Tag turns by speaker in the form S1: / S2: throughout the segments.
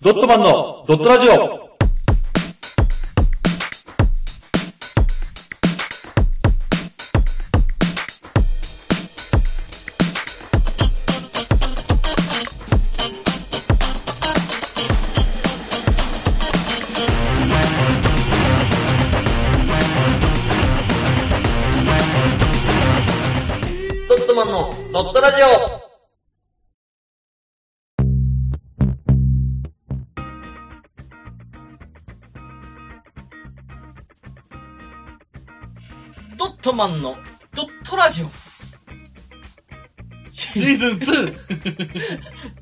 S1: ドットマンのドットラジオ
S2: ドットマンのドットラジオドットマンのドットラジオ
S3: シーズン 2!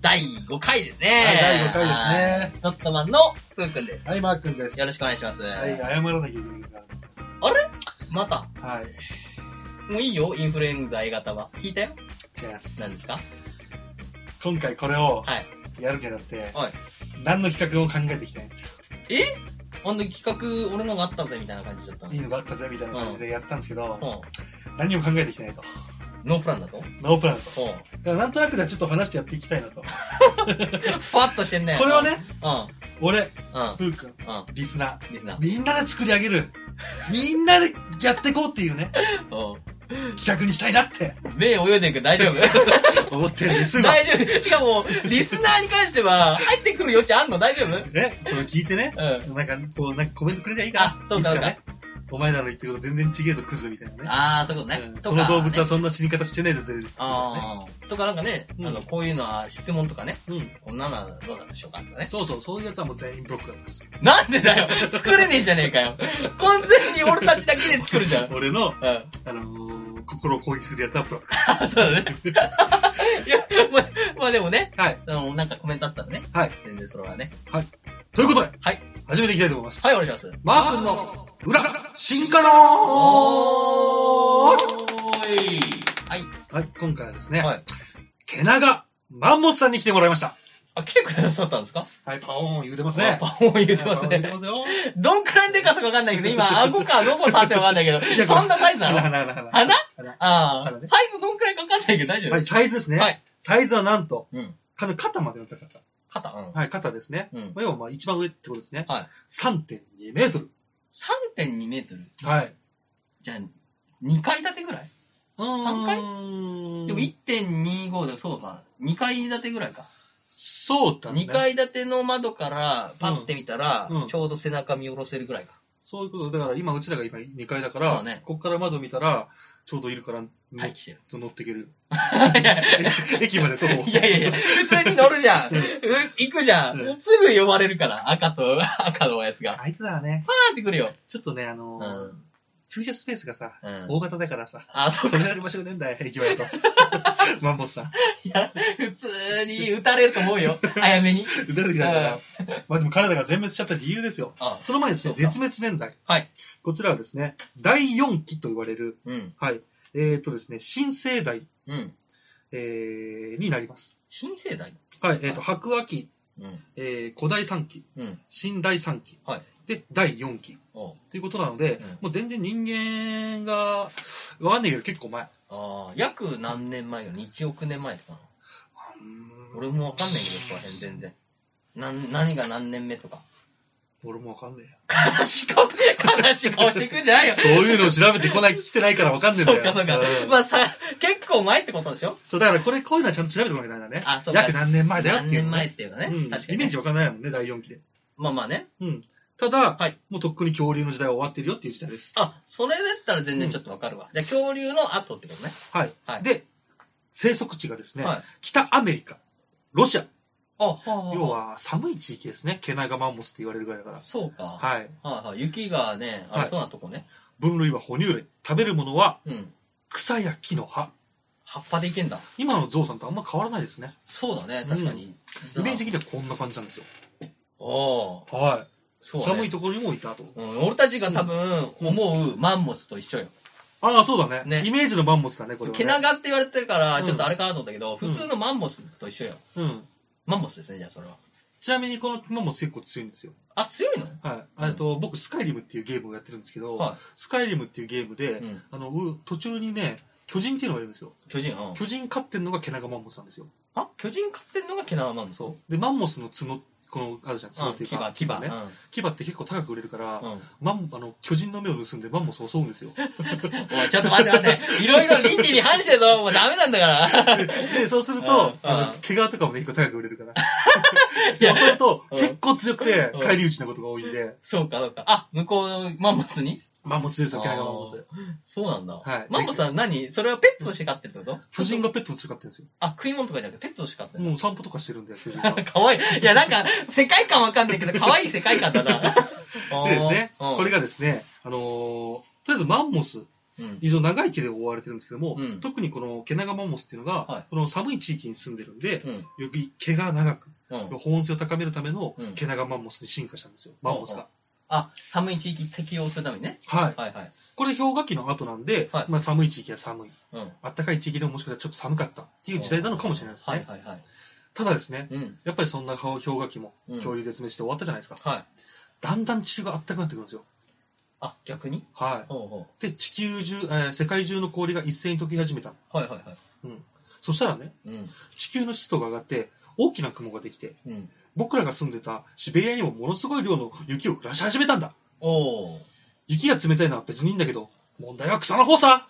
S2: 第5回ですね。
S3: 第5回です
S2: はい。
S3: ね。
S2: ドットマンのふうくんです。
S3: はい、マー君です。
S2: よろしくお願いします
S3: はい、謝らなきゃいけないことがあるんですよ。
S2: また、
S3: はい。
S2: もういいよ、インフルエンザ A 型は。聞いたよ
S3: 違います
S2: 何ですか
S3: 今回これを
S2: はい。
S3: やるにあたって、
S2: はい
S3: 何の企画も考えていきたいんですよ。
S2: えあんな企画、俺のがあったぜ、みたいな感じだったの
S3: いいのがあったぜ、みたいな感じでやったんですけど、
S2: う
S3: 何も考えていきないと。
S2: ん。ノープランだとうん。
S3: ノープランと。だからなんとなくではちょっと話してやっていきたいなと。
S2: ふわっとしてんね。
S3: これはね、
S2: う
S3: 俺、
S2: ん。うん。
S3: ふうくん、
S2: うん。
S3: リスナー、
S2: リスナー。
S3: みんなで作り上げる。みんなでやっていこうっていうね、
S2: う
S3: 企画にしたいなって
S2: ん。目泳いでんけど大 丈夫
S3: 思ってるん ですが、
S2: 大丈夫。しかも、リスナーに関しては、入ってくる余地あんの大丈夫う
S3: ね、その聞いてね、
S2: ん。
S3: なんか、こう、なんかコメントくれりゃいいかな。
S2: あそうか
S3: いつね。お前らの言ってること全然違えぞ、クズみたいなね。
S2: あー、そういうことね
S3: うん。
S2: と
S3: そ
S2: か
S3: の動物はそんな死に方してねえぞって。ね
S2: ああ。とかなんかね、
S3: うん
S2: あの、こういうのは質問とかね、
S3: うん。
S2: こんなのはどうなんでしょうかとかね。
S3: そうそう、そういうやつはもう全員ブロックだったんですよ。
S2: なんでだよ作れねえじゃねえかよ完全に俺たちだけで作るじゃん。うん。
S3: 俺の、
S2: あ
S3: あのー、心を攻撃するやつはブロック。
S2: ー、そう だね。いや、まあ、まあでもね、
S3: はい。
S2: あの、なんかコメントあったらね、
S3: はい。
S2: 全然それはね。
S3: ということで、
S2: はい。
S3: 始めていきたいと思います。
S2: はい、お願いします。
S3: マー君の裏、進化
S2: ーい。
S3: のー
S2: はい。
S3: はい、今回はですね、
S2: はい。
S3: けなが、マンモスさんに来てもらいました。
S2: あ、来てくださったんですか
S3: はい、パオーン言うてます
S2: あ
S3: ね。
S2: パフォーマンス言ってます
S3: パオーン言
S2: ね。
S3: うてますよ。
S2: どんくらいのでかさかわかんないけど、今、顎かどこ触ってわかんないけど、
S3: やこれ
S2: そんなサイズ な
S3: 鼻
S2: の
S3: 鼻鼻鼻
S2: 鼻
S3: 鼻
S2: あ
S3: 鼻
S2: あ、
S3: ね
S2: サイズどんくらいかわかんないけど大丈夫
S3: はい、サイズですね。
S2: はい
S3: サイズはなんと、
S2: うん。
S3: かの肩までの高さ。
S2: 肩うん。
S3: はい、肩ですね。
S2: うん。
S3: まあ要はまあ一番上ってことですね。
S2: はい。
S3: 3.2メートル。
S2: 3.2メートル。
S3: はい。
S2: じゃあ、2階建てぐらい三階
S3: う
S2: でも
S3: ーん。
S2: 1.25だ、そうか。2階建てぐらいか。
S3: そうだね。
S2: 2階建ての窓からパッて見たら
S3: うんう、ん
S2: ちょうど背中見下ろせるぐらいか。
S3: そういうこと。だから今、うちらが今2階だか
S2: そ
S3: ら、
S2: うね
S3: こっから窓見たら、ちょうどいるから、乗
S2: 待
S3: っ
S2: 機してる。
S3: 乗っていける。
S2: いや
S3: 駅駅まで徒歩。
S2: いやいやいや、普通に乗るじゃん。う行くじゃ。
S3: うん
S2: すぐ呼ばれるから、赤と、赤のやつが。パ
S3: あいつらはね、
S2: ーってくるよ。
S3: ちょっとね、あ
S2: う
S3: の
S2: ん。
S3: ー
S2: うん。
S3: 駐車スペースがさ、大型だからさ、
S2: あ、そう
S3: 止
S2: か。
S3: められる場所がねえんだよ、駅 前だと。マンボスさん。
S2: いや、普通に打たれると思うよ。早めに。
S3: 打たれるぐらいだから。まあでも彼らが全滅しちゃった理由ですよ。
S2: あ
S3: その前にですね、
S2: そうか
S3: 絶滅年代。
S2: はい。
S3: こちらはですね、第4期と言われる、
S2: うん。
S3: はい。えっ、とですね、新生代、
S2: うん。
S3: えーになります。
S2: 新世代
S3: はい。えっ、と、白亜紀、
S2: うん。
S3: えー古代3期、
S2: うん。
S3: 新代3期、
S2: はい
S3: で、第4期
S2: おう
S3: ということなので、
S2: うん
S3: もう全然人間が、わかんないけど結構前。
S2: ああ、約何年前よ ?1 億年前とかな。
S3: 俺
S2: 俺もわかんないけど、そこら辺全然。なん、何が何年目とか。
S3: 俺もわかんねえよ。
S2: 悲しい顔、悲しい顔していくんじゃないよ。
S3: そういうのを調べてこない、来てないからわかんねえんだ
S2: そ
S3: よ。
S2: うかそうか
S3: う。ん
S2: まあさ、結構前ってことでしょ
S3: そう、だからこれ、こういうのはちゃんと調べてこなきゃダメだね。
S2: あそうか
S3: 約何年前だよっ
S2: 何
S3: ていう、ね。
S2: 年前っていうかね。
S3: うん、
S2: 確か
S3: イ
S2: に
S3: メ
S2: ね、
S3: ージわかんないもんね、第4期で。
S2: まあまあね。
S3: うん。ただ、
S2: はい
S3: もうとっくに恐竜の時代は終わってるよっていう時代です。
S2: あ、それだったら全然ちょっとわかるわ。じゃあ恐竜の後ってことね。
S3: はい。
S2: はい。
S3: で、生息地がですね、
S2: はい。
S3: 北アメリカ、ロシア、
S2: あ、はあ、はあ
S3: 要。は寒い地域ですね、ケナガマンモスって言われるぐらいだから。
S2: そうか。はい、
S3: はい。
S2: はい、雪がね、あ
S3: は
S2: り
S3: い
S2: そうなとこね。
S3: 分類は哺乳類。食べるものは
S2: うん。
S3: 草や木の葉。
S2: 葉っぱでいけんだ。
S3: 今のゾウさんとあんま変わらないですね。
S2: そうだね、確かに。
S3: イメージ的にはこんな感じなんですよ。
S2: お
S3: は
S2: そう、ね。
S3: 寒いところにもいたと。
S2: うん、俺たちが多分思うマンモスと一緒よ。
S3: ああ、そうだね
S2: ね
S3: イメージのマンモスだね、これは、ね。
S2: 毛長って言われてるから、
S3: うん
S2: ちょっとあれかなと思ったけど、
S3: うん
S2: 普通のマンモスと一緒よ。
S3: うん。
S2: マンモスですね、じゃあそれは。
S3: ちなみにこのマンモス結構強いんですよ。
S2: あ、強いの
S3: はい。えっと、僕、スカイリムっていうゲームをやってるんですけど、
S2: は
S3: スカイリムっていうゲームで、
S2: い。うん。
S3: あの、う途中にね、巨人っていうのがいるんですよ。
S2: 巨人、うん。
S3: 巨人飼ってんのがケナガマンモスなんですよ。
S2: あ、巨人飼ってんのが毛縄マンモス。
S3: そう。で、マンモスの角この、あるじゃん、
S2: うん、
S3: ていう
S2: 牙、牙、う
S3: ね
S2: ん。
S3: 牙って結構高く売れるから、
S2: うん
S3: マンあの巨人の目を盗んでマンモスを襲う んですよ。
S2: おい、ちょっと待って待 って。いろいろ倫理に反してるぞ。もうダメなんだから。
S3: で、そうする
S2: うんう
S3: と
S2: ん、
S3: あの毛皮とかもね、結構高く売れるから。
S2: いや
S3: そうすると、
S2: うん
S3: 結構強くて
S2: う、ん
S3: 返り討ちなことが多いんで、
S2: そうか、そうか。あ、向こうのマンモスに
S3: マンモス強いですよ、毛皮がマンモス。
S2: そうなんだ。
S3: はい
S2: マンモスは何それはペットとして飼ってるってこと
S3: 巨人がペットと使ってるんですよ。
S2: あ、食い物とかじゃなくてペットとして飼ってるの
S3: もう散歩とかしてるんで、巨人が。で
S2: かわいい。いや、なんか、世界観わかんないけど、かわいい世界観だ な。で
S3: ですね、これがですね、あのーとりあえずマンモス、
S2: うん。
S3: 非常に長い毛で覆われてるんですけども、
S2: うん
S3: 特にこの毛長マンモスっていうのが、
S2: はい
S3: その寒い地域に住んでるんで、
S2: うん。
S3: より毛が長く、
S2: うん。
S3: 保温性を高めるための
S2: うん
S3: 毛長マンモスに進化したんですよ、マンモスが。
S2: あ、寒い地域適応するためにね。
S3: はい。
S2: はいはい。
S3: これ氷河期の後なんで、
S2: はい
S3: まあ、寒い地域は寒い、
S2: うん。っ
S3: 暖かい地域でももしかしたらちょっと寒かったっていう時代なのかもしれないですね。
S2: はいはいはい。
S3: ただですね、
S2: うん。
S3: やっぱりそんな氷河期も
S2: うん
S3: 恐竜絶滅して終わったじゃないですか。
S2: はい。
S3: だんだん地球が暖かくなってくるんですよ。
S2: あ、逆に
S3: は
S2: ほうほ
S3: い。で、地球中、えー世界中の氷が一斉に溶け始めた。
S2: う。はいはいはい。
S3: そしたらね、
S2: うん。
S3: 地球の湿度が上がって、大きな雲ができて、
S2: うん。
S3: 僕らが住んでたシベリアにもものすごい量の雪を降らし始めたんだ。
S2: おー。
S3: 雪が冷たいのは別にいいんだけど、問題は草の方さ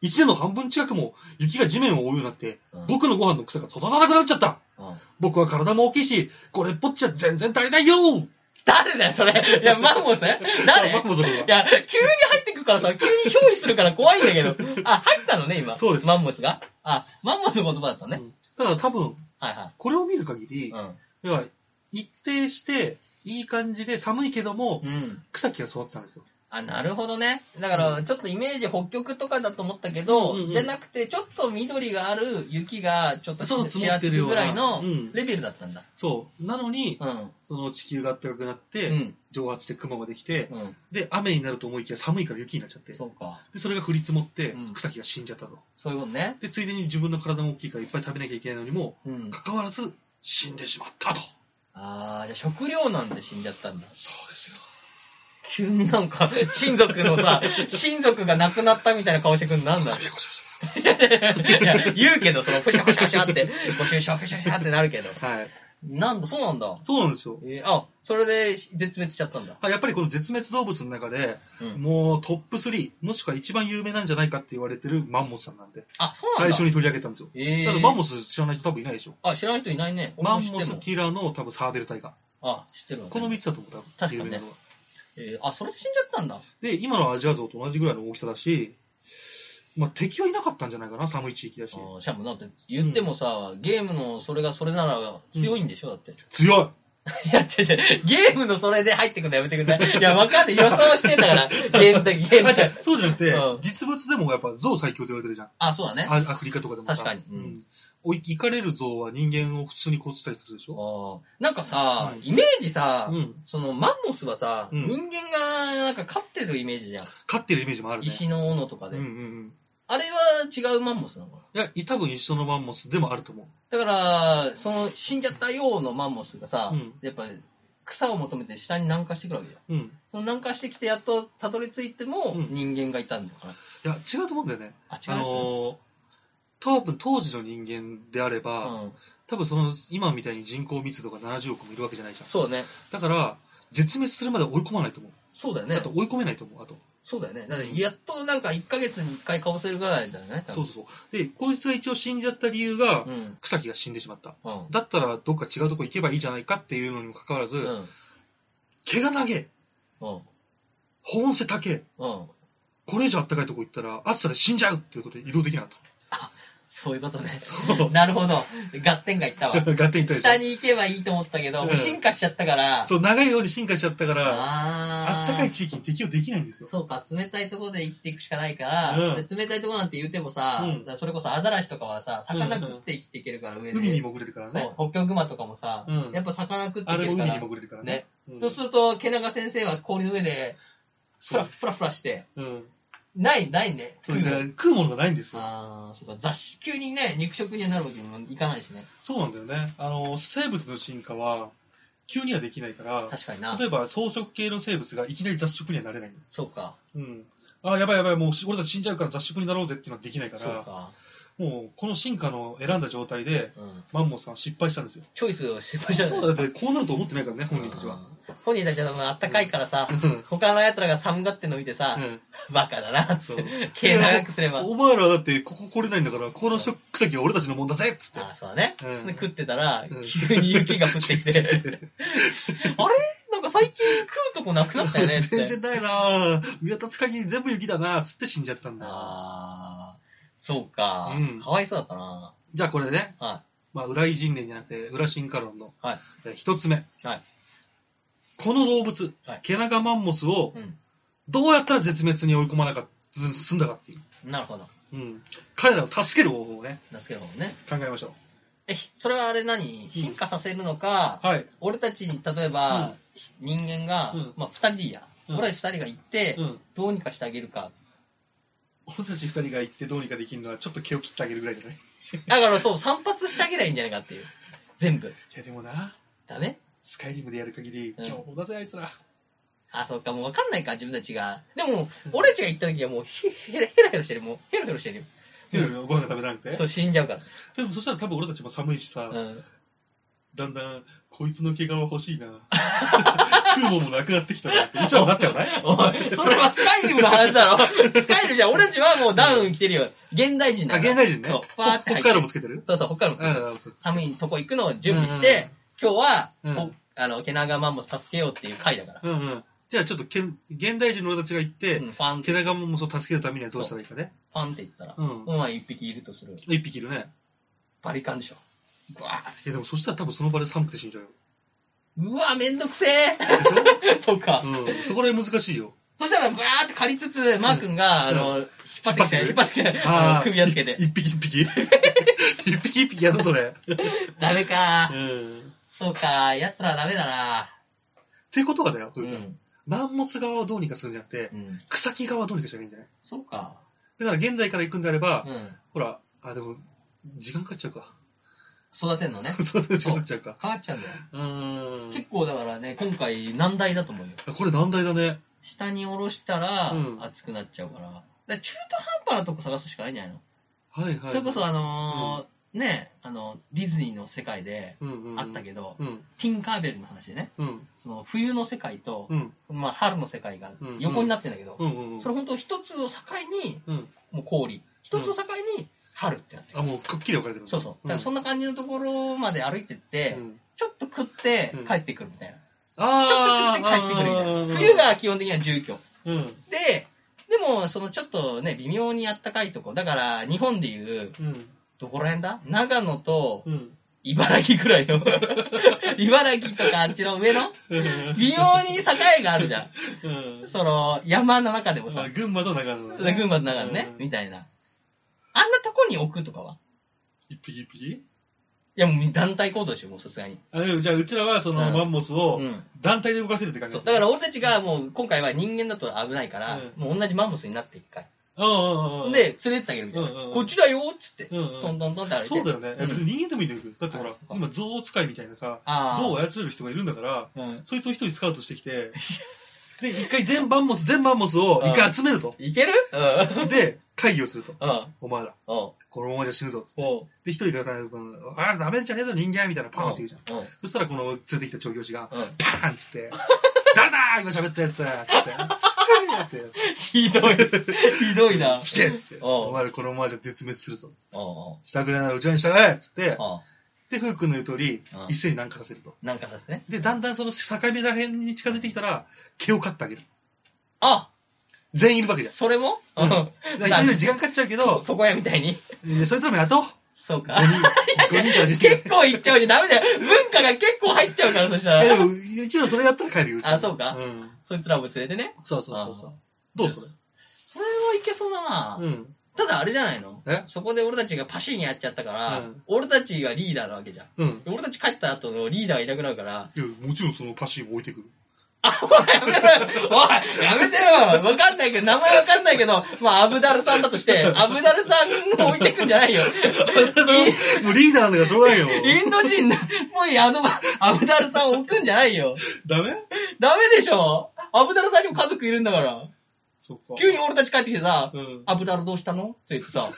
S3: 一年の半分近くも雪が地面を覆うようになって、
S2: うん
S3: 僕のご飯の草が育たなくなっちゃった
S2: うん
S3: 僕は体も大きいし、これっぽっちゃ全然足りないよ
S2: 誰だよ、それ。いや、マンモスね。誰
S3: あ僕もそれはい
S2: や、急に入ってくからさ、急に憑依するから怖いんだけ ど。あ、入ったのね、今。
S3: そうです
S2: マンモスが。あ、マンモスの言葉だったのね。
S3: うんただ多分、
S2: はいは
S3: これを見る限
S2: い。
S3: り、
S2: うん。
S3: 要は一定して、いい感じで寒いけども、
S2: うん。
S3: 草木が育ってたんですよ。
S2: あ、なるほどね。だから、ちょっとイメージ北極とかだと思ったけど、
S3: うんうん
S2: じゃなくて、ちょっと緑がある雪が、ちょっと
S3: そう
S2: ち
S3: 積も
S2: ら
S3: っ
S2: つ
S3: てる
S2: く
S3: よう
S2: ぐ
S3: な
S2: らいの
S3: うん
S2: レベルだったんだ。
S3: そう。なのに、
S2: うん。
S3: その地球が暖かくなっ
S2: う
S3: て、
S2: ん。
S3: 蒸発して雲ができて、
S2: うん。
S3: で、雨になると思いきや寒いから雪になっちゃって、
S2: そうか。
S3: でそれが降り積もって
S2: うん、
S3: 草木が死んじゃったと。
S2: そういうことね。
S3: で、ついでに自分の体も大きいからいっぱい食べなきゃいけないのにも、
S2: うん。
S3: かかわらず死んでしまったと。
S2: あー、じゃあ食料なんで死んじゃったんだ。
S3: そうですよ。
S2: 急になんか、親族の さ、親族が亡くなったみたいな顔してくるのなんだろう
S3: 食べこしょし
S2: いやいや言うけど、その、ふしゃふしゃふしゃって、ご愁傷ふしゃふしゃってなるけど。
S3: ょはい。
S2: なんだ、そうなんだ。
S3: そうなんですよ。
S2: えーあ、それで絶滅しちゃったんだ。
S3: あやっぱりこの絶滅動物の中で、
S2: うん。
S3: もうトップ3、もしくは一番有名なんじゃないかって言われてるマンモスさんなんで、
S2: あ、そうなん
S3: 最
S2: だ。
S3: 初に取り上げたんですよ。
S2: ええ
S3: ただマンモス知らない人多分いないでしょ。
S2: あ、知らない人いないね。俺
S3: マ
S2: も
S3: ン
S2: 知って
S3: モ
S2: る
S3: ス、
S2: もん
S3: ティラノ、多分サーベルタイガー。
S2: あ、知ってるわ。
S3: この3つだと思う、多分。
S2: 確かにね
S3: 有名なのは
S2: えーあ、それで死んじゃったんだ。
S3: で、今のアジアゾウと同じぐらいの大きさだし、まあ敵はいなかったんじゃないかな、寒い地域だし。
S2: あしかもだって言ってもさ、ゲームのそれがそれなら強いんでしょだって。
S3: 強い
S2: いや、違う違う。ゲームのそれで入ってくのやめてくださ い。いや、わかんない。予想してんだから。ゲームだけ、ゲー
S3: あ、
S2: ム
S3: じ
S2: だ
S3: ゃ
S2: け。
S3: そうじゃなくて、
S2: うん
S3: 実物でもやっぱ象最強って言われてるじゃん。
S2: あ、そうだね。あ
S3: あアフリカとかでもさ
S2: 確かに
S3: う
S2: うん
S3: ん。おい行かれる象は人間を普通に殺したりするでしょ
S2: ーなんかさ、
S3: うん
S2: イメージさ、
S3: うん。
S2: そのマンモスはさ、
S3: うん
S2: 人間がなんか飼ってるイメージじゃん。
S3: 飼ってるイメージもあるね。
S2: 石の斧とか
S3: う
S2: で。
S3: んうんうん。
S2: あれは違うマンモスなのかない
S3: や、多分一緒のマンモスでもあると思う。
S2: だから、その死んじゃったようのマンモスがさ、
S3: うん
S2: やっぱ草を求めて下に南下してくるわけよ。
S3: うん。い
S2: その南下してきてやっとたどり着いても
S3: うん
S2: 人間がいたんだから。
S3: や、違うと思うんだよね。
S2: あ、違
S3: あ
S2: う
S3: の
S2: やつ、
S3: ー、多分当時の人間であれば、
S2: うん。
S3: 多分その今みたいに人口密度が70億もいるわけじゃないじゃん。
S2: そうだね。
S3: だから、絶滅するまで追い込まないと思う。
S2: そうだよ
S3: あ
S2: ね
S3: と。追い込めないと思う、あと。
S2: そうだよね。だってやっとなんか1ヶ月に1回かぶせるぐらいだよね。
S3: そうそうそう。で、こいつが一応死んじゃった理由が、
S2: うん。うん。
S3: 草木が死んでしまった。
S2: うん。
S3: だったらどっか違うとこ行けばいいじゃないかっていうのにもかかわらず、
S2: うん。
S3: 毛が長え、
S2: うん。
S3: 保温性高え、
S2: うん。
S3: これ以上あったかいとこ行ったら暑さで死んじゃうっていうことで移動できなかっ
S2: そういうことね。
S3: そう
S2: なるほど。合点がいったわ
S3: た。。ガテン対
S2: 下
S3: 象。
S2: に行けばいいと思ったけど、
S3: うん
S2: 進化しちゃったから、
S3: そう、長いように進化しちゃったから、あ
S2: あー
S3: ったかい地域に適応できないんですよ。
S2: そうか、冷たいところで生きていくしかないから、
S3: うん
S2: で冷たいところなんて言うてもさ、
S3: うん
S2: だからそれこそアザラシとかはさ、魚食って生きていけるから上で。
S3: 海に潜れるから
S2: そう
S3: ね。、
S2: 北極熊とかもさ、
S3: うん
S2: やっぱ魚食ってい
S3: あ
S2: け
S3: れも
S2: るか
S3: 海に
S2: ら。
S3: 潜れるから
S2: ね
S3: ね。うん
S2: そうすると、毛長先生は氷の上で、ふらふらふらして、
S3: うん。
S2: ない、ないね。
S3: そうだから食うものがないんですよ。
S2: あー、そうか、雑誌、急にね、肉食になるわけにもいかないしね。
S3: そうなんだよね。あの、生物の進化は、急にはできないから、
S2: 確かにな。
S3: 例えば草食系の生物がいきなり雑食にはなれないんだよ
S2: そうか、
S3: うん。あ、やばいやばい、もうし俺たち死んじゃうから雑食になろうぜっていうのはできないか
S2: そう
S3: ら、
S2: か。
S3: もう、この進化の選んだ状態で、
S2: うん。
S3: マンモスさん失敗したんですよ。
S2: チョイスを失敗しちゃ
S3: そうだって、こうなると思ってないからね、本人たちは。
S2: 本人たちはまああったかいからさ、
S3: うん
S2: 他の奴らが寒がってんの見てさ、
S3: うん
S2: バカだな、つ
S3: そ
S2: っ
S3: う
S2: て、毛長くすれ ば。
S3: お前らだって、ここ来れないんだから、ここの草木は俺たちのもんだぜっつって。
S2: ああ、そうだね。
S3: うん
S2: で食ってたら
S3: う、ん
S2: 急に雪が降って きて、あれなんか最近食うとこなくなったよねって。
S3: 全然ないなぁ。見渡す限り全部雪だなぁ。つって死んじゃったんだ。
S2: ああ、そうか、
S3: うん
S2: かわいそうだったな。
S3: じゃあこれね、
S2: は
S3: まあ、裏井人連じゃなくて、裏進化論の
S2: はい
S3: えー一つ目。
S2: はい
S3: この動物、
S2: はい
S3: ケナガマンモスを
S2: い。うん。
S3: どうやったら絶滅に追い込まなかった、済んだかっていう。
S2: なるほど。
S3: うん。彼らを助ける方法をね、
S2: 名付ける方ね。
S3: 考えましょう。
S2: え、ひそれはあれ何進化させるのか、
S3: はい。
S2: 俺たちに例えば、
S3: うん
S2: 人間が、
S3: うん
S2: まあ二人でいいや、
S3: うん
S2: 俺たち二人が行って、
S3: うん。
S2: どうにかしてあげるか。
S3: 俺たち二人が行ってどうにかできるのは、ちょっと毛を切ってあげるぐらいじゃない
S2: だからそう、散髪してあげりゃいいんじゃないかっていう。全部。
S3: いや、でもな、
S2: ダメ
S3: スカイリムでやる限り、
S2: うん
S3: 今日だぜ、あいつら。
S2: あ、そうか、もう分かんないか、自分たちが。でも、俺たちが行った時はもうひ、へらへらへらしてる、もう、へらへらしてるよ。
S3: いやいやご飯が食べらなくて
S2: そ。う、死んじゃうか
S3: でもそしたら多分俺たちも寒いしさ
S2: ら。、うん。
S3: だんだん、こいつの毛皮欲しいな。 食うもんもなくなってきたなって。うちらもなっちゃうね。
S2: おい、それはスカイリムの話 だろ。スカイリムじゃ、俺たちはもうダウン着てるよ。現代人
S3: あ、
S2: だから。
S3: 現代人ね。
S2: そう、
S3: こ
S2: パーって入
S3: 北
S2: って
S3: 海道もつけてる
S2: そうそう、北海道
S3: うん
S2: もそう。寒いとこ行くのを準備して、今日は、
S3: うん
S2: おあの、ケナガマンモス助けようっていう回だから。
S3: うんうん。じゃあちょっとけん、現代人の俺たちが行って、
S2: うん、ファンって、
S3: 毛
S2: フ
S3: 長もそう助けるためにはどうしたらいいかね。
S2: ァンって言ったら、
S3: う。
S2: うんまい一匹いるとする。
S3: 一匹いるね。
S2: バリカンでしょ。うわ
S3: いやでもそしたら多分その場で寒くて死んじゃうよ。
S2: うわめんどくせえ
S3: でし ょ
S2: そうか。
S3: うん。そこら辺難しいよ。
S2: そしたら、バーって借りつつ、マー君が、あ
S3: うん
S2: の、引っ張ってきて、
S3: 引
S2: 引
S3: っ
S2: っ張ってきて、
S3: あー
S2: あの首輪つ けて。
S3: 一匹一 匹。一匹一匹やだ、それ。
S2: ダメ
S3: う
S2: か。
S3: ん。っ
S2: そうか。奴らダメだな。
S3: てことがだよ、
S2: う。
S3: うんマンモス側をどうにかするんじゃなくて、
S2: うん。
S3: 草木側をどうにかしなきゃいけないんじ
S2: そうか。
S3: ゃないだから現代から行くんであれば、
S2: うん。
S3: ほら、あ、でも、時間かかっちゃうか。
S2: 育てんのね。
S3: そう時間かかっちゃうか。
S2: 変わっちゃうんだよ。
S3: うーん。
S2: 結構だからね、今回難題だと思うよ。
S3: これ難題だね。
S2: 下に下ろしたら
S3: うん
S2: 熱くなっちゃうから。だから中途半端なとこ探すしかないんじゃないの、
S3: はいはい。
S2: それこそあのーね、あの、ディズニーの世界で
S3: うんうん、
S2: あった
S3: け
S2: けど、
S3: ど。うん。
S2: ティンカーベルの話でね、
S3: うん。
S2: その冬の世界と、
S3: うん。
S2: まあ春の世界が
S3: うん
S2: 横になってんだけど、
S3: うんうんうん
S2: そ。れ本当一つを境に、
S3: うん。
S2: もう氷。一つを境に春ってなってる。
S3: あ、もうくっきり分かれてる
S2: そうそう。だからそんな感じのところまで歩いてって、
S3: うん。
S2: ちょっと食って
S3: うん
S2: 帰ってくるみたいな。ちょ
S3: あ
S2: っと食って帰ってくるみたいな。
S3: あー
S2: 冬、が基本的には住居。
S3: うん。
S2: で、でも、そのちょっとね、微妙にあったかいとこ。だから、日本でいう、
S3: うん。
S2: どこら辺だ長野と
S3: うん。
S2: 茨城くらい の。茨城とかあっちの上の微妙に境があるじゃ
S3: うん
S2: ん。。その、山の中でもさ
S3: あ、群馬と長野だね。
S2: 群馬の中のね、
S3: うん
S2: みたいな。あんなとこに置くとかは
S3: 一匹一匹
S2: いや、もう団体行動でしょ、もうさすがに。
S3: あ、でもじゃあうちらはその
S2: うん
S3: マンモスを
S2: うん。
S3: 団体で動かせるって感じ
S2: そう。だから俺たちがもう、今回は人間だと危ないから、
S3: うん
S2: もう同じマンモスになって一回。
S3: ら、うんうんうん。
S2: で、連れてってあげるみたいな。
S3: うんうんうん
S2: こっちだよーっつって、
S3: うんう
S2: トン
S3: ん。
S2: トントンって歩いて。
S3: そうだよね。いや別
S2: うん
S3: に人間でもいいんだけど、だってほら
S2: あそっ、か
S3: 今象使いみたいなさ、
S2: ああ。
S3: 象を操る人がいるんだから、
S2: うん。
S3: そいつを一人スカウトしてき て、で、一回全マンモス、全マンモスを一回集めると。
S2: いけるうん。
S3: で、会議をすると。
S2: うん。
S3: お前ら、
S2: おう
S3: このままじゃ死ぬぞ。つって
S2: おう
S3: で、一人がさ、ああ、ダメじゃねえぞ、人間みたいなパーンって言うじゃん。
S2: おう
S3: そしたら、この連れてきた調教師が、
S2: うん。
S3: パーンっつ って、誰だ今喋ったやつつって、って、
S2: ひどい。ひどいな。
S3: 来てっつって、
S2: おう
S3: お前らこのままじゃ絶滅するぞ。つって
S2: おうおう
S3: したくないならうちらに従えっつって、
S2: おう
S3: で、ふう君の言う通り
S2: うん、
S3: 一斉に軟化させると。
S2: なんかさすね。
S3: で、だんだんその境目ら辺に近づいてきたら、毛を刈ってあげる。
S2: あ
S3: 全員いるわけじゃん。
S2: それも
S3: うん
S2: う
S3: だから一人で時間かかっちゃうけど、
S2: 床屋みたいに。
S3: ねそいつら も雇おう。
S2: そうか
S3: 5。人、5人から10人。
S2: 結構いっちゃうじゃん。ダメだよ。文化が結構入っちゃうから、そした
S3: いや
S2: ら。
S3: でも一応それやったら帰るよ。ちも
S2: あそうか
S3: うん。
S2: そいつらも連れてね。
S3: そうそうそうそ
S2: あ
S3: う。どうそ
S2: それはいけそうだな。
S3: れうん。
S2: ただあれじゃないの
S3: え
S2: そこで俺たちがパシーにやっちゃったから、
S3: うん
S2: 俺たちがリーダーなわけじゃん。
S3: うん。
S2: 俺たち帰った後のリーダーがいなくなるから、
S3: いや、もちろんそのパシーも置いてくる。
S2: あ、 おい、やめろよおい、やめてよわかんないけど、名前わかんないけど、まあ、アブダルさんだとして、アブダルさんを置いてくんじゃないよ。
S3: もうリーダーなんかしょうがないよ。
S2: インド人っぽいアドバアブダルさんを置くんじゃないよ。
S3: ダメ
S2: ダメでしょアブダルさんにも家族いるんだから。
S3: そっか。
S2: 急に俺たち帰ってきてさ、
S3: うん。
S2: アブダルどうしたのって言ってさ、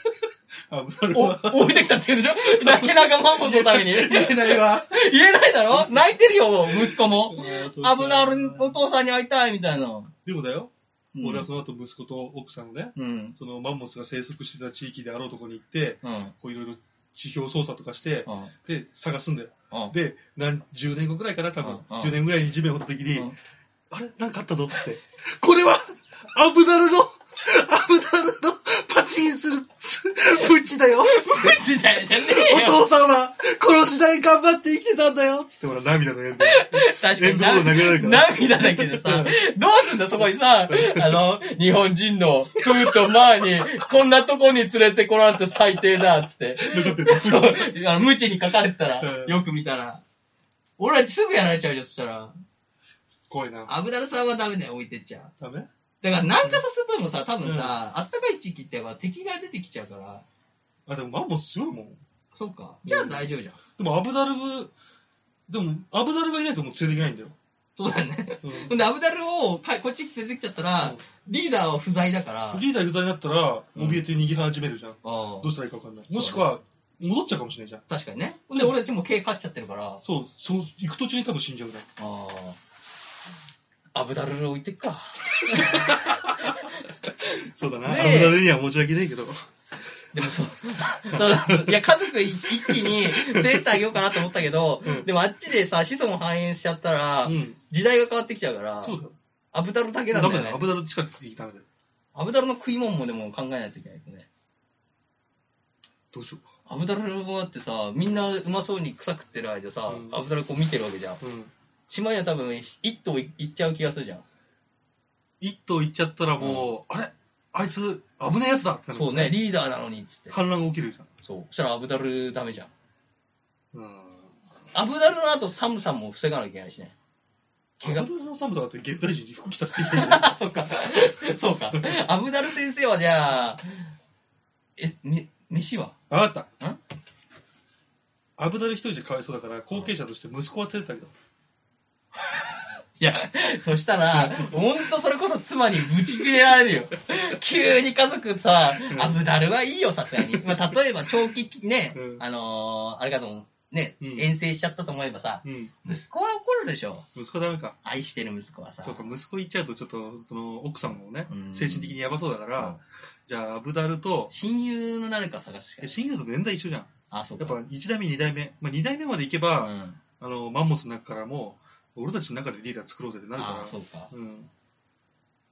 S3: あ、もうそれは
S2: お、置いてきたって言うんでしょなけなかマンモスのために。
S3: 言えないわ。
S2: 言えないだろ泣いてるよ、息子も。アブダルお
S3: で
S2: 父さんに会いたいみたいな。
S3: もだよ、
S2: うん
S3: 俺はその後息子と奥さんね、
S2: うん。
S3: そのマンモスが生息してた地域であろうとこに行って、
S2: うん。うん
S3: こういろいろ地表操作とかして、
S2: うん
S3: で、探すんだよ。
S2: うん
S3: で、何、10年後くらいかな、多分。
S2: うんうん
S3: 10年ぐらいに地面を掘った時に、
S2: うん
S3: あれなんかあったぞっつって。これは、アブダルの、アブダルのパチンする、プチだよっつって。
S2: 時代じゃねえ
S3: お
S2: よ。
S3: 父さんは、この時代頑張って生きてたんだよっつって、ほら、涙のやつ。
S2: 確かにな
S3: エンドロール投げられるから
S2: 涙だけでさ、どうすんだそこにさ、あの、日本人の風と前に、こんなとこに連れてこられて最低だ、つって。
S3: 残ってる。
S2: そう、あの、無知に書かれてたら
S3: う、ん
S2: よく見たら。俺らすぐやられちゃうよ、そしたら。
S3: 怖いな。
S2: アブダルさんはダメだよ、置いてっちゃう。
S3: ダメ
S2: だから南下させてもさ、多分さ、あったかい地域ってやっぱ敵が出てきちゃうから、
S3: あ、でもマンモス強いもん。
S2: そうか。じゃあ大丈夫じゃん。
S3: でもアブダルブ、でも、アブダルがいないともう連れていけないんだよ。
S2: そうだよね。
S3: うん
S2: ほんで、アブダルをかこっちに連れてきちゃったら、リーダーは不在だから、あ
S3: リーダー不在になったら、怯えて逃げ始めるじゃん。
S2: あ
S3: どうしたらいいかわかんない。もしくは、戻っちゃうかもしれないじゃん。
S2: 確かにね。ほんで、俺たちも毛勝っちゃってるから、あ
S3: そう、そう、行く途中に多分死んじゃうね。
S2: あ。アブダル置いてっか。
S3: そうだな。
S2: ね
S3: ア
S2: え
S3: ブダルには申し訳ないけど。
S2: でも そう。そうだいや、家族一一気に生徒あげようかなと思ったけど、
S3: うん
S2: でもあっちでさ、子孫を反映しちゃったら、
S3: うん。
S2: 時代が変わってきちゃうから、
S3: そうだよ。
S2: アブダルだけなん
S3: ダ
S2: だ
S3: メ
S2: よ
S3: だよ。ア
S2: ね。
S3: ブダル近くにダメだよ。
S2: アブダルの食い物もでも考えないといけないですね。
S3: どうしよう
S2: アブダルもだってさ、みんなうまそうに草食ってる間さ、
S3: うん
S2: アブダルこう見てるわけじゃん。
S3: か。うん。
S2: しまいには多分一頭いっちゃう気がするじゃん。
S3: 一頭行っちゃったらもう、あれあいつ、危ねえやつだってなる
S2: そうね、。リーダーなのにっつって。
S3: 反乱が起きるじゃん。
S2: そう。そしたらアブダルダメじゃん。
S3: うん。
S2: アブダルの後寒さも防がなきゃいけないし ね。
S3: ア
S2: 怪
S3: ブダ
S2: 我。
S3: ルのサムダーって現代人に服着させていけないじ ゃん。
S2: あ、そっか。そうか。アブダル先生はじゃあ、え、み、飯は
S3: わかった。
S2: ん
S3: アブダル一人じゃかわいそうだから、後継者として息子は連れてたけど。
S2: いや、そしたら、ほんとそれこそ妻にぶち切れられるよ。急に家族さ、アブダルはいいよ、さすがに。まあ、例えば長期ね
S3: う、ん
S2: あのー、あれかと思う。ね、
S3: うん
S2: 遠征しちゃったと思えばさ、
S3: うん。
S2: 息子は怒るでしょ。
S3: 息子ダメか。
S2: 愛してる息子はさ。
S3: そうか、息子行っちゃうと、ちょっと、その、奥さんもね
S2: う、ん
S3: 精神的にやばそうだから
S2: そ、
S3: じゃあ、アブダルと、
S2: 親友の誰か探し
S3: え
S2: て。
S3: 親友と年代一緒じゃん。
S2: あ、そう
S3: や
S2: か。
S3: っぱ、1代目、2代目。まあ、2代目まで行け
S2: う
S3: ば、
S2: ん。
S3: あの、マンモスの中からも、俺たちの中でリーダー作ろうぜってなる
S2: あ
S3: か
S2: そ
S3: ら。
S2: うか。
S3: うん。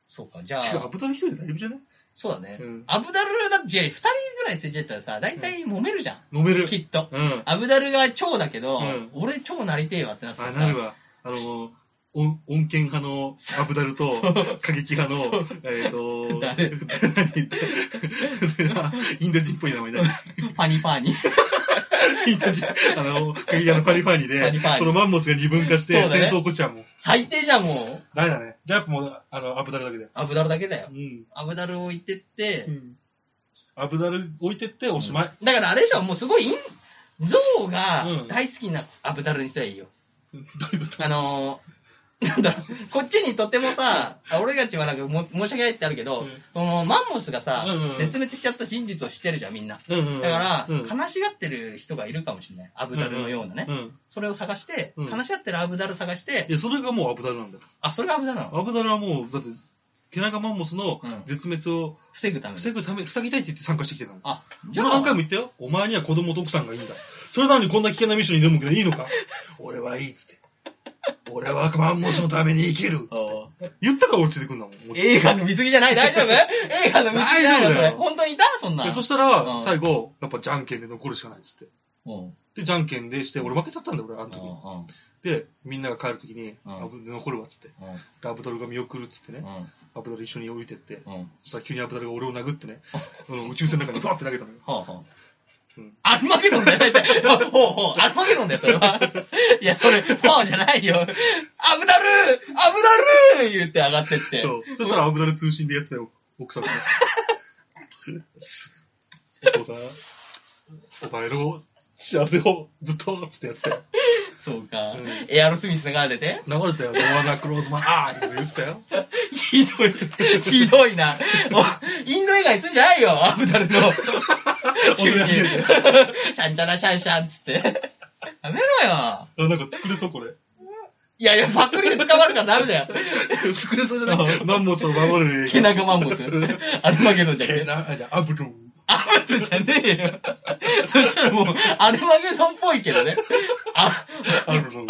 S2: そうか。じゃあ、
S3: 違う、アブダル一人で大丈夫じゃない
S2: そうだね。
S3: うん
S2: アブダルだって、じゃあ、二人ぐらいついちゃったらさ、大体揉めるじゃん。
S3: 飲める。
S2: きっと。
S3: うん。
S2: アブダルが長だけど、
S3: うん
S2: 俺長なりてえわってなった
S3: あ、
S2: らさ
S3: なるわ。あの、穏穏健派のアブダルと、過激派の、えっ、と、
S2: 誰
S3: 何インド人っぽい名前だ。
S2: パニパニ。
S3: インド人、あの、過激派のパリファーニ
S2: パ
S3: で
S2: ニファーニ、
S3: このマンモスが二分化し
S2: そ
S3: て
S2: うだね
S3: 戦争起こっちゃうもん。
S2: 最低じゃん、もう。
S3: ダメだね。じゃあやっぱもう、あの、アブダルだけだよ。
S2: アブダルだけだよ
S3: う。ん。
S2: アブダルを置いてって、
S3: アブダル置いてっておしまい。
S2: だからあれでしょ、もうすごいイン、ゾウが
S3: うん
S2: 大好きなアブダルにしたらいいよ。
S3: どういうこ
S2: あのー、 なんだろう、こっちにとてもさ、あ俺たちはなんかも申し訳ないってあるけど、
S3: うん
S2: そのマンモスがさ、
S3: うんうんうん
S2: 絶滅しちゃった真実を知ってるじゃん、みんな。
S3: とうんうんうん
S2: だから、
S3: うん
S2: 悲しがってる人がいるかもしれない。アブダルのようなね。
S3: うん。
S2: それを探して、
S3: うん
S2: 悲しがってるアブダル探して、
S3: いや、それがもうアブダルなんだよ。
S2: あ、それがアブダルなの
S3: アブダルはもう、だって、ケナガマンモスの絶滅を
S2: 防ぐために。
S3: 防ぐため、防ぎたいって言って参加してきてたの。
S2: あ、じ
S3: じ
S2: ゃ
S3: ゃ
S2: あ、
S3: 何回も言ったよ。お前には子供と奥さんがいいんだ。それなのにこんな危険なミッションに挑むくらいいいのか俺はいいっつって。俺はマンモスのために生きるっつって。
S2: お
S3: 言ったから落ちてくんだもん。もちろん
S2: 映画の見過ぎじゃない大 丈夫映画の見過ぎじゃないの
S3: 大丈夫
S2: そ
S3: だ
S2: れ。
S3: よ
S2: 本当にいたそんな
S3: で
S2: ん。
S3: そした
S2: う
S3: ら、
S2: ん
S3: 最後、やっぱじゃんけんで残るしかないっつって。
S2: うんうん
S3: で、じゃんけんでして、俺負けちゃったんだよ、俺、あの時。
S2: うん
S3: で、みんなが帰る時に、
S2: うん
S3: あぶ残るわっつって。で、アブダルが見送るっつってね。
S2: う
S3: アブダル一緒に降りてっ
S2: ん
S3: て。
S2: うん
S3: そしたら急にアブダルが俺を殴ってね。その宇宙船の中にファーって投げたのよ。
S2: はあはあ
S3: うん
S2: アルマゲドンだよ、大体。ほうほう、アルマゲドンだよ、それ は。いや、それ、ファーじゃないよ。アブダルアブダル言って上がってって。
S3: そう。そしたらアブダル通信でやってたよ、奥さ んが。お父さん、お前の幸せをずっと、つってやってたよ。
S2: そうか
S3: うん。
S2: エアロスミスが出て。
S3: 流れてたよ、ドアナクローズマン、あーって言ってたよ。
S2: ひどい、ひどいな。おインド映画にすんじゃないよ、アブダルの。急
S3: 踊り 始めて。
S2: に。ちゃんちゃらちゃんしゃんっつって。やめろよ。
S3: あなんか作れそう、これ。
S2: いやいや、パックリで捕まるからダメ だよ。
S3: 作れそうじゃないマンモスを守る映
S2: け
S3: 画。
S2: ながマン モス。アルマゲドンじゃね
S3: け
S2: え。
S3: な、あ、じゃあアブル。
S2: アルマゲドンじゃねえよ。 そしたらもう、アルマゲドンっぽいけどね。あ、
S3: アブル。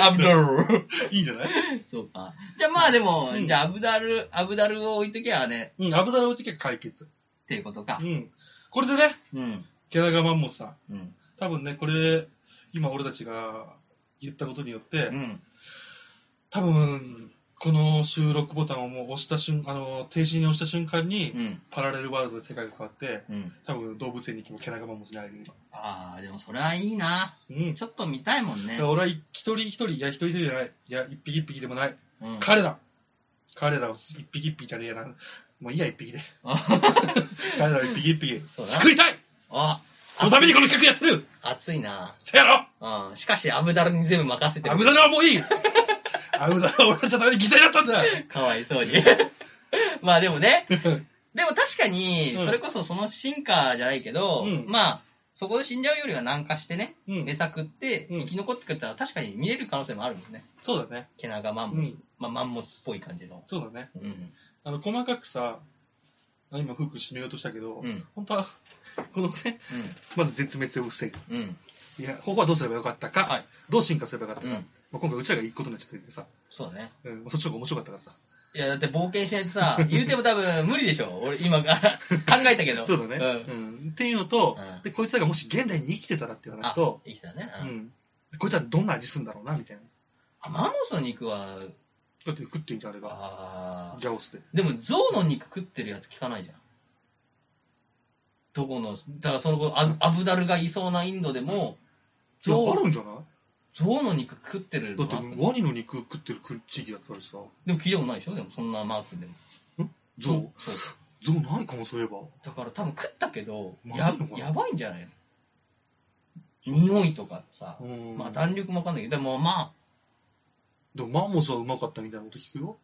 S2: アブダル。
S3: いいんじゃない
S2: そうか。じゃあまあでも、
S3: うん
S2: じゃあアブダル、アブダルを置いときゃね、
S3: うん、アブダラ置いてけば解決。
S2: っていうことか
S3: う。ん。これでね、
S2: うん。
S3: ケナガマンモスさん。
S2: うん。
S3: 多分ね、これ、今俺たちが言ったことによって、
S2: うん。
S3: 多分、この収録ボタンをもう押した瞬、あの、停止に押した瞬間に、
S2: うん。
S3: パラレルワールドで世界が変わって、
S2: うん。
S3: 多分動物園に行けばケナガマンモスに会えるよ。
S2: ああ、でもそれはいいな。
S3: 今うん。
S2: ちょっと見たいもん
S3: だ
S2: ね
S3: か。ら俺は一人一人、いや一人一人じゃない。いや、一匹一匹でもない。
S2: うん。
S3: 彼ら彼らを一匹一匹じゃねえやな。もういいや、一匹で。彼らを一匹一匹
S2: そうだ
S3: 救いたい
S2: あ、
S3: そのためにこの企画やってる
S2: 熱いな。
S3: せ やろ
S2: うん。しかし、アブダルに全部任せて
S3: アブダラはもういいアブダラは俺たちのために犠牲になったんだ
S2: かわいそうに。 まあでも ね、でも確かに
S3: う、ん
S2: それこそその進化じゃないけど、
S3: うん
S2: まあ、そこで死んじゃうよりは軟化してね、
S3: うん
S2: 目作って、
S3: うん
S2: 生き残ってくれたら確かに見れる可能性もあるもんね。
S3: そうだね。
S2: 毛長マン
S3: う
S2: モス。
S3: ん。
S2: まあ、マンモスっぽい感じの。
S3: そうだね。
S2: うん。
S3: あの、細かくさ、あ今、フック締めようとしたけど、
S2: うん。
S3: 本当は、このね、まず絶滅を防
S2: うん。うん。
S3: ぐ。いや、ここはどうすればよかったか、
S2: はい
S3: どう進化すればよかった
S2: う
S3: か。
S2: ん。
S3: まあ、今回、うちらがいいことになっちゃってるけどさ、
S2: そうだね。
S3: うん、そっちの方が面白かったからさ。
S2: いや、だって冒険しないと さ、言うても多分無理でしょ。俺今から考えたけど。
S3: そうだね、
S2: ん。
S3: うんっていうのと、
S2: うん
S3: でこいつらがもし現代に生きてたらっていう
S2: あ
S3: 話と、、
S2: いい人だね。
S3: う
S2: うん。
S3: ん、こいつらどんな味するんだろうなみたいな
S2: あマンモスの肉は、
S3: だって食ってんじゃんあれが
S2: ああ。
S3: ジャオスで
S2: でも、象の肉食ってるやつ聞かないじゃん。どこの、だからそのアアブダルがいそうなインドでも、
S3: いやあ
S2: 象、
S3: るんじゃない
S2: 象の肉食ってるの
S3: だって
S2: マーク
S3: ワニの肉食ってる国地域だったらさ
S2: でも聞いたことないでしょでもそんなマークでも。
S3: ゾウ
S2: そう。
S3: ゾウないかもそういえば
S2: だから多分食ったけど、
S3: まず
S2: や
S3: いのかな
S2: やばいんじゃないの匂いとかさ、
S3: うん、
S2: まあ弾力もわかんないけど、でもま
S3: でもマンモスはうまかったみたいなこと聞くよ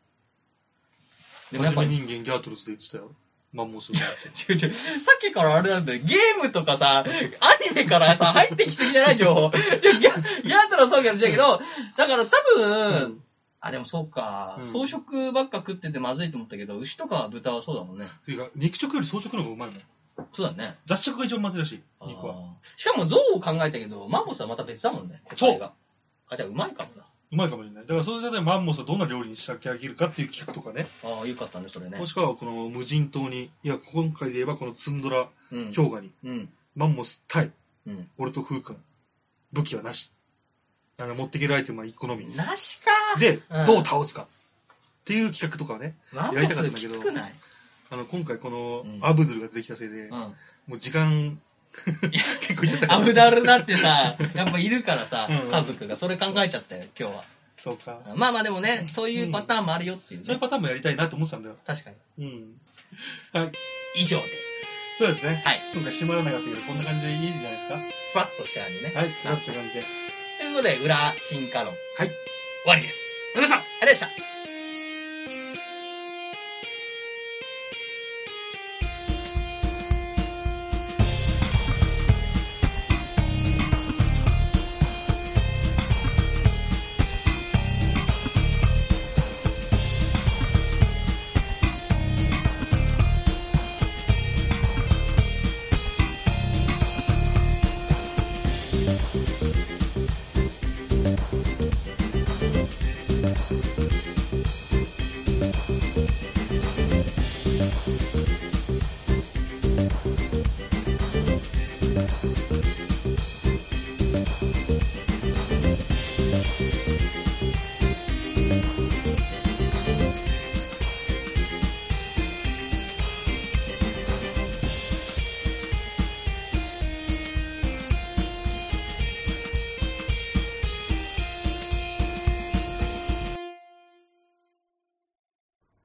S2: あ、でもやっぱ
S3: 真
S2: り、
S3: 面目人間ギャートルズで言ってたよマンモスがって
S2: 違う違うさっきからあれなんだよ、ゲームとかさ、アニメからさ、入ってきてんじゃない情報。いや、ギャギャートのそうかもしれんけど、だから多分、
S3: うん
S2: あ、でもそうか、
S3: う
S2: 草
S3: ん
S2: 食ばっか食っててまずいと思ったけど、牛とか豚はそうだもんね。
S3: ていうか肉食より草食の方がうまいもん
S2: そうだね。
S3: 雑食が一番まずいらしい肉は
S2: あーしかも象を考えたけど、マンモスはまた別だもんね。
S3: そう
S2: うあ、じゃあうまいかもな。
S3: うまいかもしれないだからそれで、ね、マンモスはどんな料理に仕上げるかっていう企画とかね
S2: ああ、よかったね、それね
S3: も。しくはこの無人島にいや今回で言えばこのツンドラ
S2: うん。
S3: 氷河に
S2: うん。
S3: マンモス対
S2: うん。
S3: 俺と風君武器はなしあの持っていけるアイテムは1個のみ
S2: なしか
S3: で、
S2: うん
S3: どう倒すかっていう企画とかはね
S2: マン
S3: や
S2: モ
S3: りたかっ
S2: ス
S3: たんだけ
S2: き
S3: ど
S2: つくない
S3: あの今回この
S2: うん
S3: アブズルが出てきたせいで、
S2: うん。
S3: もう時 間結構いっちゃったか
S2: ア
S3: ら
S2: ブダルだってさ、やっぱいるからさ、
S3: うんうん
S2: 家族が。それ考えちゃったよ、今日は。
S3: そうか
S2: まあまあでもね、そういうパターンもあるよっていうね、
S3: そういうパターンもやりたいなと思ってたんだよ
S2: 確かに。
S3: うんはい
S2: 以上で、
S3: そうですね
S2: はい。
S3: 今回締まらなかったけどこんな感じでいいんじゃないですか
S2: ふわっとした感じね。
S3: はいこんな感じで
S2: ということで、裏進化論。
S3: はい
S2: 終わりです。
S3: ありがとうございました
S2: ありがとうございました。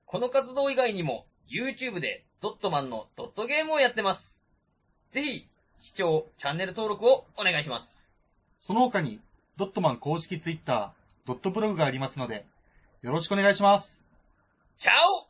S2: この活動以外にも、YouTube でドットマンのドットゲームをやってます。ぜひ、視聴、チャンネル登録をお願いします。
S4: その他に、ドットマン公式ツイッター、ドットブログがありますので、よろしくお願いします。
S2: チャオ